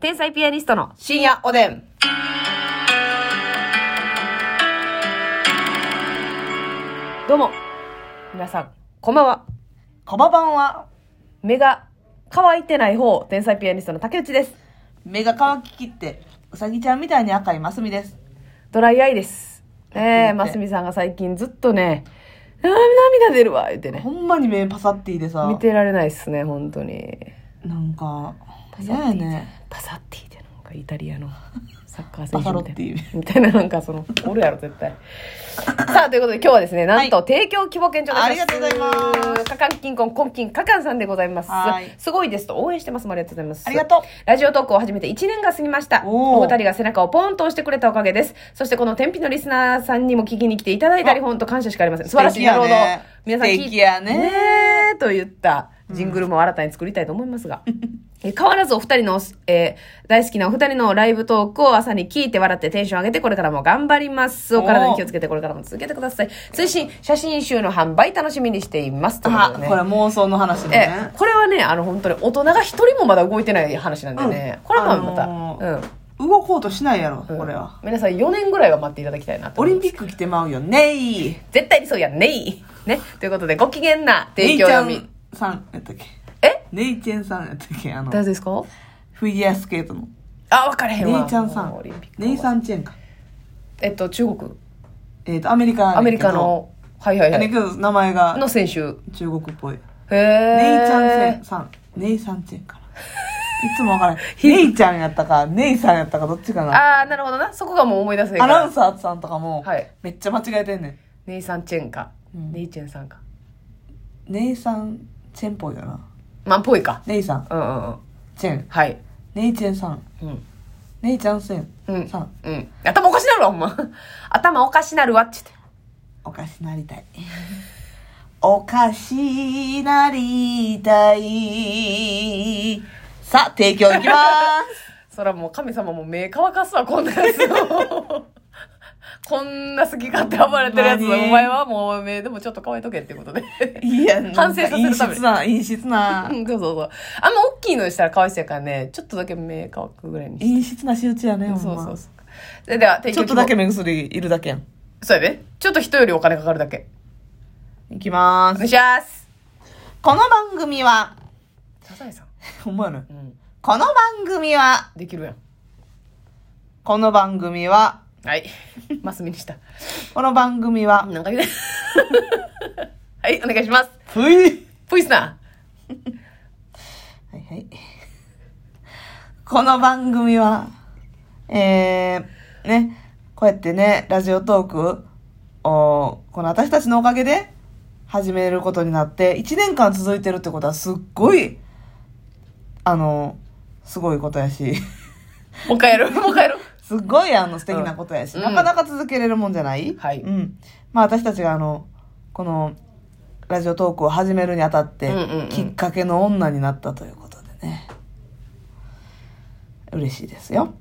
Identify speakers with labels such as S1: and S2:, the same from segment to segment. S1: 天才ピアニストの
S2: 深夜おでん。
S1: どうも皆さんこんばんは
S2: こばばんは、
S1: 目が乾いてない方天才ピアニストの竹内です
S2: 目が乾ききって、うさぎちゃんみたいに赤いマスミです。
S1: ドライアイですええますみさんが最近ずっとねあー涙出るわ言ってね
S2: ほんまに目パサッティでさ、
S1: 見てられないっすね本当に
S2: なんか、
S1: パサ
S2: 嫌
S1: ッティ
S2: やね。
S1: パサッティってなんかイタリアのサッカー選
S2: パサロ
S1: 手みた
S2: ッテ
S1: い
S2: ィ
S1: な。みたいななんかそのおるやろ絶対さあということで今日はですねなんと、
S2: は
S1: 提供希望券頂戴します
S2: ありがとうございます
S1: カカンキンコンコンキンカカンさんでございます
S2: はい
S1: すごいですと応援してますもありがとうございます
S2: ありがとう
S1: ラジオトークを始めて1年が過ぎました
S2: おー
S1: お二人が背中をポンと押してくれたおかげですそしてこの天日のリスナーさんにも聞きに来ていただいたり
S2: あ
S1: 本当感謝しかありません素晴らしい、
S2: 素敵
S1: な
S2: や
S1: るほど
S2: ね
S1: 皆さん聞い
S2: 素敵やね
S1: ねえと言ったジングルも新たに作りたいと思いますが、え変わらずお二人の、えー大好きなお二人のライブトークを朝に聞いて笑ってテンション上げてこれからも頑張りますお体に気をつけてこれからも続けてください推進写真集の販売楽しみにしていますということ
S2: あ、
S1: で
S2: こ
S1: ね
S2: れは妄想の話で
S1: え
S2: ね
S1: え。これはねあの本当に大人が一人もまだ動いてない話なんでね、
S2: うん
S1: これはまた、
S2: あの
S1: うん
S2: 動こうとしないやろ、
S1: うん
S2: これは。
S1: 皆さん4年ぐらいは待っていただきたいなと
S2: オ
S1: 思い
S2: リ
S1: ま
S2: ン
S1: す
S2: ピック来てまうよね
S1: 絶対にそうやんねいねということでご機嫌な
S2: え。ね
S1: 提
S2: い
S1: 供
S2: ちゃ
S1: 読み
S2: んさんやったっけ
S1: え
S2: ねいちゃんさんやったっけあの、
S1: 誰ですか
S2: フィギュアスケートの。
S1: あ分からへんわ
S2: ねいちゃんさ
S1: もうオリン
S2: ん
S1: ピッ。ク
S2: ねいさんちえんか。
S1: えっと中国
S2: えっと、アメリカやねんけど
S1: アメリカ。のはいはい
S2: や
S1: は
S2: ねん
S1: い
S2: けど、名前が
S1: の選手
S2: 中国っぽい。
S1: へえ
S2: ネイちゃんせんさん。ネイさんちんかな。いつもわからない。ネイちゃんやったか、ネイさんやったか、どっちかな。
S1: ああなるほどなそこがもう思い出せないか
S2: アナウン
S1: ら
S2: サーさんとかも、
S1: はい
S2: めっちゃ間違えてんね
S1: ネイさんチェンか、
S2: うん
S1: ネイチェンさんか
S2: ん。ネイさんチェンっぽいよな。
S1: まあぽいか
S2: ネイさん、
S1: うんうんうん
S2: チェン。
S1: はい
S2: ネイチェンさん。
S1: うん
S2: ネイちゃんせん。
S1: うん
S2: さん。
S1: うん頭おかしなるわほんま 頭おかしなるわって言って
S2: おかしなりたい。おかしなりたい。さあ、提供いきま
S1: そらもう神様も目乾かすわこんなやつを こんな好き勝手暴れてるやつ
S2: ほんまに
S1: お前はもう目でもちょっと乾いとけ っていうことで
S2: す。いや、なんか
S1: 反省させるために
S2: 陰湿な、陰湿な
S1: う。ん そうそうそうあんま大きいのにしたらかわいそうやからねちょっとだけ目乾くぐらいにして
S2: 陰湿な仕打ちやね、ほんま。
S1: そうそうそうそれでは提供
S2: ちょっ
S1: 希
S2: と
S1: 望
S2: だけ目薬いるだけやん。
S1: そうやね。ちょっと人よりお金かかるだけ。
S2: いきま
S1: お
S2: ー
S1: 願い
S2: す。
S1: します。
S2: この番組は、
S1: サザエさん。
S2: ほんまやね。
S1: うん。
S2: この番組は、
S1: できるやん。
S2: この番組は、
S1: はい。 マスミにした。
S2: この番組は、
S1: なんか言うね。 はい、お願いします。
S2: ふい
S1: プイスナ
S2: はいはい。この番組は、えー、ね、こうやってね、ラジオトークを、この私たちのおかげで始めることになって、1年間続いてるってことはすっごい、あの、すごいことやし。
S1: ー。もう一回 やる。もう一回やる。
S2: すっごいあの素敵なことやし、
S1: うん
S2: なかなか続けれるもんじゃない、
S1: はい
S2: うん。まあ私たちがあの、この、ラジオトークを始めるにあたって、
S1: うんうんうん
S2: きっかけの女になったということでね。嬉しいですよ。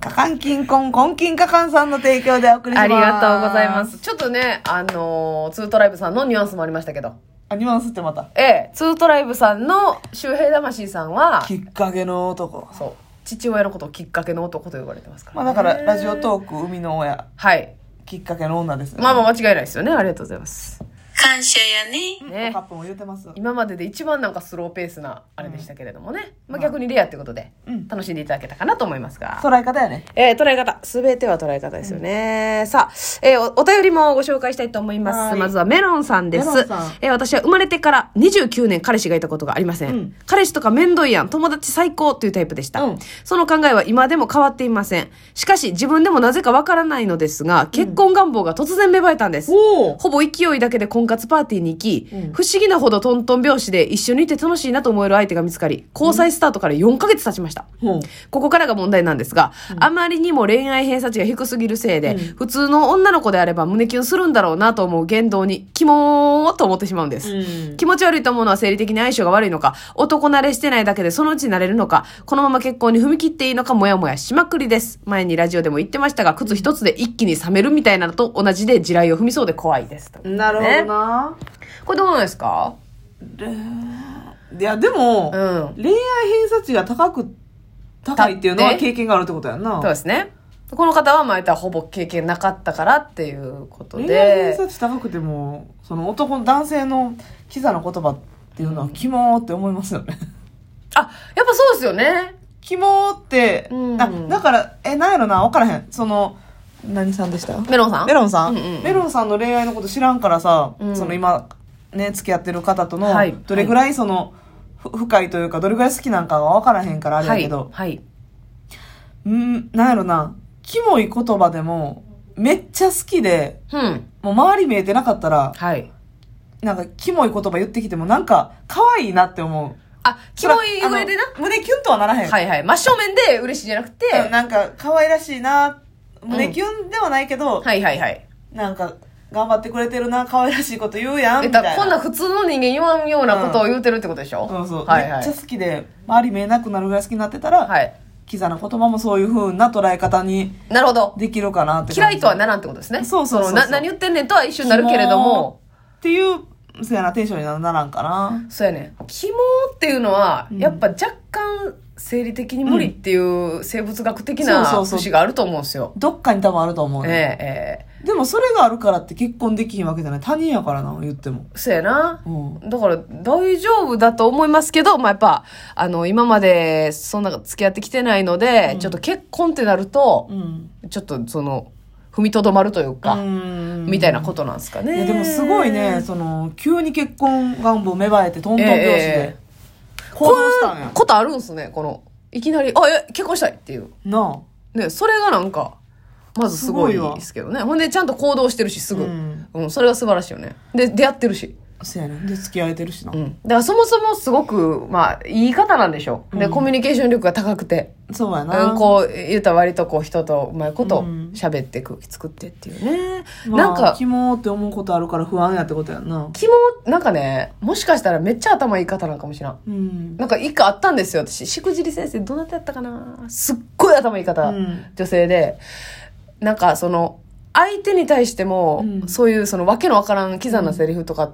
S2: カカンキンコン、コンキンカカンさんの提供でお送りします。
S1: ありがとうございま。す。ちょっとね、あのー、ツートライブさんのニュアンスもありましたけど。
S2: あ、ニュアンスってまた。
S1: ええ、ツートライブさんの周平魂さんは、
S2: きっかけの男。
S1: そう、父親のことをきっかけの男と呼ばれてますから、
S2: まあだから、ラジオ
S1: ーク。
S2: トーク生みの親、
S1: はい。
S2: きっかけの女ですね。
S1: まあまあ間違いないですよね。ありがとうございます。
S3: 感謝やね。
S1: ね
S2: カップも言うてます。
S1: 今までで一番なんかスローペースなあれでしたけれどもね、まあ、逆にレアってことで
S2: うん
S1: 楽しんでいただけたかなと思いますが、
S2: 捉え方やね。
S1: えー捉え方すべては捉え方ですよね、さあ、えーおお便りもご紹介したいと思いま
S2: は
S1: す
S2: い
S1: まずはメロンさんです
S2: メロンさん
S1: えー私は生まれてから29年彼氏がいたことがありません、
S2: うん
S1: 彼氏とかめんどいやん友達最高というタイプでした、
S2: うん
S1: その考えは今でも変わっていませんしかし自分でもなぜかわからないのですが結婚願望が突然芽生えたんです、
S2: おお
S1: ほぼ勢いだけで婚活パーティーに行き、
S2: うん
S1: 不思議なほどトントン拍子で一緒にいて楽しいなと思える相手が見つかり、交際スタートから4ヶ月経ちました。
S2: ほう
S1: ここからが問題なんですが、あまりにも恋愛偏差値が低すぎるせいで、
S2: うん
S1: 普通の女の子であれば胸キュンするんだろうなと思う言動に、キモーと思ってしまうんです。
S2: うん
S1: 気持ち悪いと思うのは生理的に相性が悪いのか、男慣れしてないだけでそのうち慣れるのか、このまま結婚に踏み切っていいのか、もやもやしまくりです。前にラジオでも言ってましたが、靴一つで一気に冷めるみたいなのと同じで地雷を踏みそうで怖いです。
S2: なるほどな、
S1: これどうなんですか
S2: いやでも、
S1: うん
S2: 恋愛偏差値が高く高いっていうのは
S1: 立っ
S2: 経験があるってことやん
S1: そ
S2: な
S1: うですね。この方は、まあ、言ったらほぼ経験なかったからっていうこと
S2: 恋愛の
S1: で
S2: 偏、差値高くてもその男の男性のキザな言葉っていうのはキモーって思いますよね
S1: あ、やっぱそうですよね。
S2: キモーって、
S1: うん
S2: あだからえなんやろな分からへんその何さんでした
S1: メロンさん
S2: メロンさん、
S1: うんうんうん
S2: メロンさんの恋愛のこと知らんからさ、
S1: うん
S2: その今ね付き合ってる方との
S1: はい
S2: どれぐらいその、ふ深いというかどれぐらい好きなんかが分からへんからあれやけど、
S1: はい。はい。
S2: うんなんやろなキモい言葉でもめっちゃ好きで
S1: うん。
S2: もう周り見えてなかったら
S1: はい。
S2: なんかキモい言葉言ってきてもなんか可愛いなって思う
S1: あ、キモい上でな
S2: そ。らあの胸キュンとはならへん、
S1: はいはい。真正面で嬉しいじゃなくて、
S2: うんなんか可愛らしいな胸キュンではないけど、
S1: はいはいはい。
S2: なんか頑張ってくれてるな可愛らしいこと言うやん
S1: え
S2: み
S1: ったと
S2: いな
S1: こんな普通の人間言わんようなことを言うてるってことでしょ、
S2: そうそう、
S1: はいは
S2: めっ
S1: い
S2: ちゃ。好きで周り見えなくなるぐらい好きになってたら、
S1: はい。
S2: キザな言葉もそういう風な捉え方に
S1: なるほど。
S2: できるかなって
S1: 嫌いとは
S2: ね
S1: ならんってことですね。
S2: そうそうそうそう
S1: のな何言ってんねんとは一緒になるけれども、
S2: っていうせやなテンションにはならんかな
S1: そうやね。キモっていうのは、やっぱ若干生理的に無理っていう生物学的
S2: うん
S1: な
S2: そうそうそう
S1: 節があると思うんですよ。
S2: どっかに多分あると思う、
S1: ええ
S2: ね
S1: え
S2: でもそれがあるからって結婚できひんわけじゃない他人やからな言っても
S1: えそうやな。
S2: うん
S1: だから大丈夫だと思いますけど、まあ、やっぱ、あの、今までそんな付き合ってきてないので、ちょっと結婚ってなると
S2: う、ん
S1: ちょっとその、踏みとどまるというか、
S2: うん
S1: みたいなことなんですか
S2: い
S1: ね。
S2: やでもすごいねその急に結婚願望芽生えてトントン拍子で、
S1: え
S2: 行動したん
S1: こうい
S2: や
S1: うことあるんすね、この。いきなり、あ、え、結婚したいっていう。
S2: な
S1: ね、それがなんか、まずすごい
S2: すごいわ
S1: ですけどね。ほんで、ちゃんと行動してるし、すぐ。
S2: う
S1: うんん、それが素晴らしいよね。で、出会ってるし。
S2: あせやねで付き合えてるしな、
S1: うん。だからそもそもすごく、まあ、言い方なんでしょう。で、コミュニケーション力が高くて。
S2: そうやな、
S1: うん、こう、言うたら割とこう、人とうまいこと
S2: うん
S1: 喋って空気作ってっていうね。
S2: な
S1: なんん
S2: か
S1: か
S2: キ、モーって思うことあるから不安やってことやんな
S1: 気も、なんかね、もしかしたらめっちゃ頭いい方なんかもしれん。
S2: うん
S1: なんか一回あったんですよ、私。しくじり先生、どなたやったかなすっごい頭いい方、
S2: うん
S1: 女性で。なんか、その、相手に対しても、
S2: うん
S1: そういう、その、わけのわからん、キザなセリフとかっ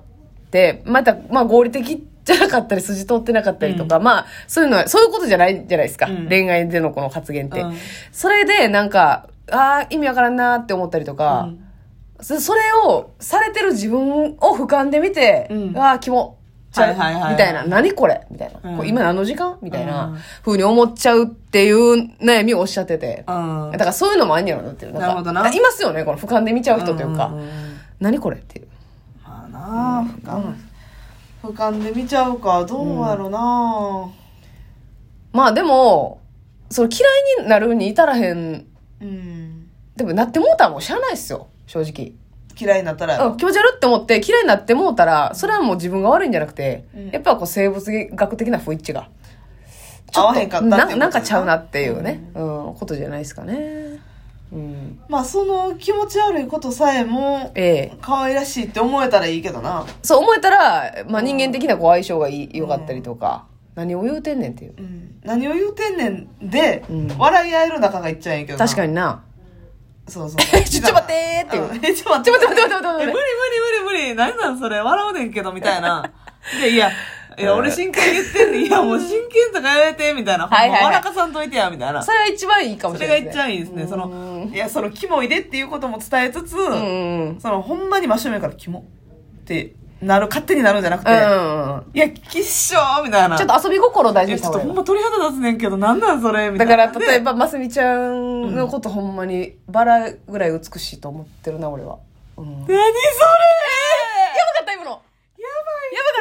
S1: て、また、まあ、合理的じゃなかったり、筋通ってなかったりとか、まあ、そういうのは、そういうことじゃないじゃないですか。
S2: うん
S1: 恋愛でのこの発言って。
S2: うん
S1: それで、なんか、ああ、意味わからんなーって思ったりとか、そそれをされてる自分を俯瞰で見て、
S2: うん
S1: ああ、キモ。ちゃう
S2: はいはいはいはい
S1: みたいな。何これみたいな。
S2: うん
S1: こう今何の時間みたい
S2: うん
S1: な風に思っちゃうっていう悩みをおっしゃってて。
S2: うん
S1: だからそういうのもあんやろなっていう。んか
S2: なるほどない
S1: ますよね、この俯瞰で見ちゃう人というか。
S2: んんん
S1: 何これっていう。
S2: まあなあ俯瞰、俯瞰で見ちゃうかどうやろな
S1: まあでも、その嫌いになるに至らへん。
S2: うん、
S1: でもなってもうたらもう知らないっすよ、正直。
S2: 嫌いになったらや
S1: う
S2: ろ
S1: ん、気持ち悪って思って嫌いになってもうたら、それはもう自分が悪いんじゃなくて、
S2: うん
S1: やっぱこう生物学的な不一致が。
S2: 合わへんかったっていうこと
S1: ななんかちゃうなっていうね、うんことじゃないですかね。うん、
S2: まあその気持ち悪いことさえも
S1: ええ
S2: 可愛らしいって思えたらいいけどな
S1: そう思えたら、まあ、人間的なこう相性がいい良かったりとか、何を言うてんねんっていう。
S2: うん何を言うてんねんで、
S1: うん
S2: 笑い合える仲がいっちゃうんやけどな
S1: 確かにな。
S2: そうそう
S1: ちょちょ待ってーっていうん
S2: えちょ待
S1: ちょ待って待って待って待って待って
S2: え無理無理無理無理何なんそれ笑うねんけどみ たいなでいやいや俺真剣に言ってんねんいやもう真剣とかやめてみたいな、
S1: はいはいはい
S2: ほんま笑かさんといてやみたいな
S1: それは一番いいかも
S2: そ
S1: しれ
S2: れ
S1: な
S2: が
S1: い
S2: いっちゃいいですね。その、いや、その、キモいでっていうことも伝えつつ、
S1: うんうんうん。
S2: その、ほんまに真正面からキモってなる、勝手になるんじゃなくて、
S1: うんうん。
S2: いや、きっしょーみたいな。
S1: ちょっと遊び心大
S2: い
S1: 事に
S2: や、
S1: し
S2: ち
S1: た
S2: ょっ
S1: 方
S2: と
S1: がいい
S2: ほん
S1: わ。
S2: ま鳥肌立つねんけど、なんなんそれみた
S1: だ
S2: い
S1: か
S2: な。
S1: ら、例え
S2: ば、
S1: ば、ますみちゃんのことほんまに、バラぐらい美しいと思ってるな、俺は。うん。
S2: 何それ
S1: やばかった今のや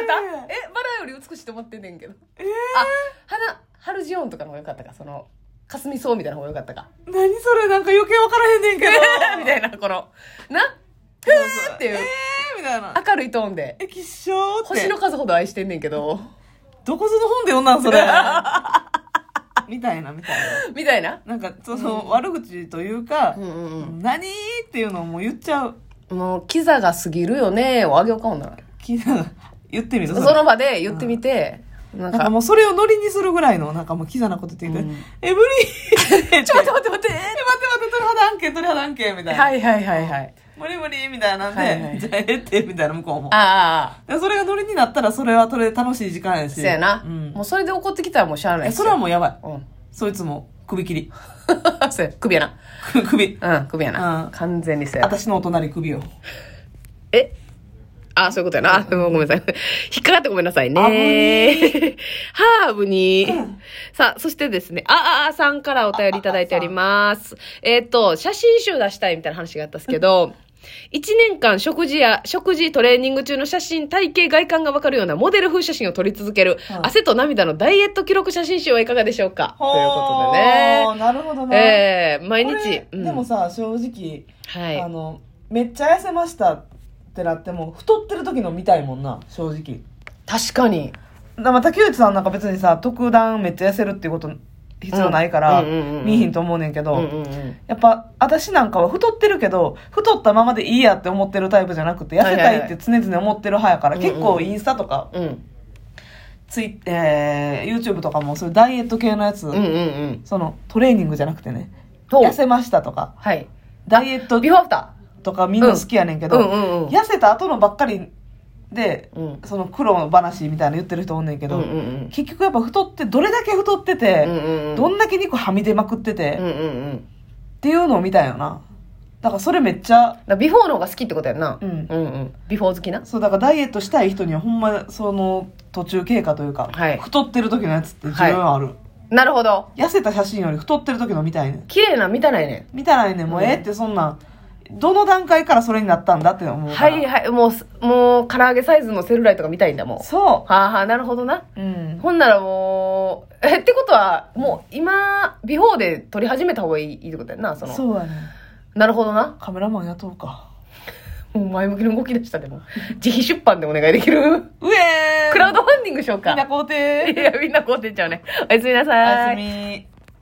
S1: ばかったえバラより美しいと思ってんねんけど
S2: えー
S1: あ花ハルジオンとかの方がよかったかそのかすみそうみたいな方がよかった か
S2: 何それなんか余計わからへんねんけど。
S1: みたいなこのな
S2: そう
S1: ー
S2: そ
S1: っていう
S2: えーみたいな。
S1: 明るいトーンで
S2: え、きっしょーって。
S1: 星の数ほど愛してんねんけど
S2: どこぞの本で読んだんそ れ。みたいな、みたいな。
S1: みたいな
S2: なんか、その、悪口というか、
S1: うんうん
S2: 何っていうのをもう言っちゃう。
S1: うんもうキザが過ぎるよねをあげようかほんなら
S2: 聞いたら 言ってみる
S1: その場で言ってみてなん
S2: なんか
S1: か
S2: もうそれをノリにするぐらいの、なんかもうキザなこと言ってきて、
S1: うん
S2: え、無理
S1: ちょ待って待って待って
S2: え、待って待って、鳥肌案件、鳥肌案件、みたいな。
S1: はいはいはいはい
S2: 無理無理、みたいなんで、
S1: はいはい
S2: じゃあ、えって、みたいな、向こうも。
S1: ああ
S2: でそれがノリになったら、それはそれで楽しい時間やし。
S1: そうやな、
S2: うん
S1: もうそれで怒ってきたらもうしゃあない
S2: え
S1: っす
S2: そ
S1: よ
S2: れはもうやばい。
S1: うん
S2: そいつも首切り。
S1: そうや首や
S2: く首。
S1: な。うん、首やな。
S2: うん
S1: 完全にそうやな。
S2: 私のお隣首よ。
S1: えあ、そういうことやな。あごめんなさい。引っかかってごめんなさいね。ハーブに。さあ、そしてですね、あああさんからお便りいただいております。えっ、と、写真集出したいみたいな話があったんですけど、1年間食事や、食事、トレーニング中の写真、体型、外観がわかるようなモデル風写真を撮り続ける、
S2: うん
S1: 汗と涙のダイエット記録写真集はいかがでしょうかということで
S2: ほー
S1: ね。
S2: なるほどね。
S1: ええ毎
S2: こ
S1: 日
S2: れ。
S1: うん
S2: でもさ、正直、
S1: は
S2: あ
S1: い。
S2: の、めっちゃ痩せましたってなっても、太ってる時の見たいもんな、正直。
S1: 確かに。
S2: だまあ、竹内さんなんか別にさ、特段めっちゃ痩せるっていうこと必要ないから、
S1: うんうんうんうん
S2: 見えひんと思うねんけ
S1: う
S2: ど、
S1: んうんうん。
S2: やっぱ、私なんかは太ってるけど、太ったままでいいやって思ってるタイプじゃなくて、痩せたいって常々思ってる派やから、
S1: はいはい
S2: 結構インスタとか、
S1: うん。
S2: ツイえー、YouTube とかも、そういうダイエット系のやつ、
S1: うんうんうん。
S2: その、トレーニングじゃなくてね、
S1: ほう
S2: 痩せましたとか、
S1: はい。
S2: ダイエット
S1: ビフォーアフタ
S2: とかみんな好きやねんけど、
S1: うんうんうん
S2: 痩せた後のばっかりで、
S1: うん
S2: その苦労の話みたいなの言ってる人おんねんけ
S1: ー。
S2: ど、
S1: うんうん。
S2: 結局やっぱ太って、どれだけ太ってて、
S1: うんうんうん
S2: どんだけ肉はみ出まくってて、
S1: うん
S2: っ
S1: うんうん。
S2: ていうのを見たんよな。だからそれめっちゃ、
S1: だからビフォーの方が好きってことやんな。
S2: うん
S1: うんうん。ビフォー好きな。
S2: そうだからダイエットしたい人にはほんまその途中経過というか、
S1: はい
S2: 太ってる時のやつって重要ある、
S1: なるほど。
S2: 痩せた写真より太ってる時の見たいねん
S1: 綺麗な見たないね
S2: 見たらいいねんもうええってそんなんどの段階からそれになったんだって思
S1: ん。
S2: う
S1: は
S2: から
S1: いはい。もうす、もう、唐揚げサイズのセルライトが見たいんだもん。
S2: そ
S1: はあはあ、なるほどな。
S2: ううん
S1: ほんならもう、え、ってことは、もう今、ビフォーで撮り始めた方がいいいいってことやんな、その。
S2: そうやねん
S1: なるほどな。
S2: カメラマン雇うか
S1: もう前向きの動きでしたでも。自費出版でお願いでき る
S2: うえー
S1: クラウドファンディングしよう
S2: みんな
S1: か。
S2: 肯定
S1: いや、みんなこうてっちゃうね。おやすみなさ
S2: お
S1: ーい。
S2: やすみ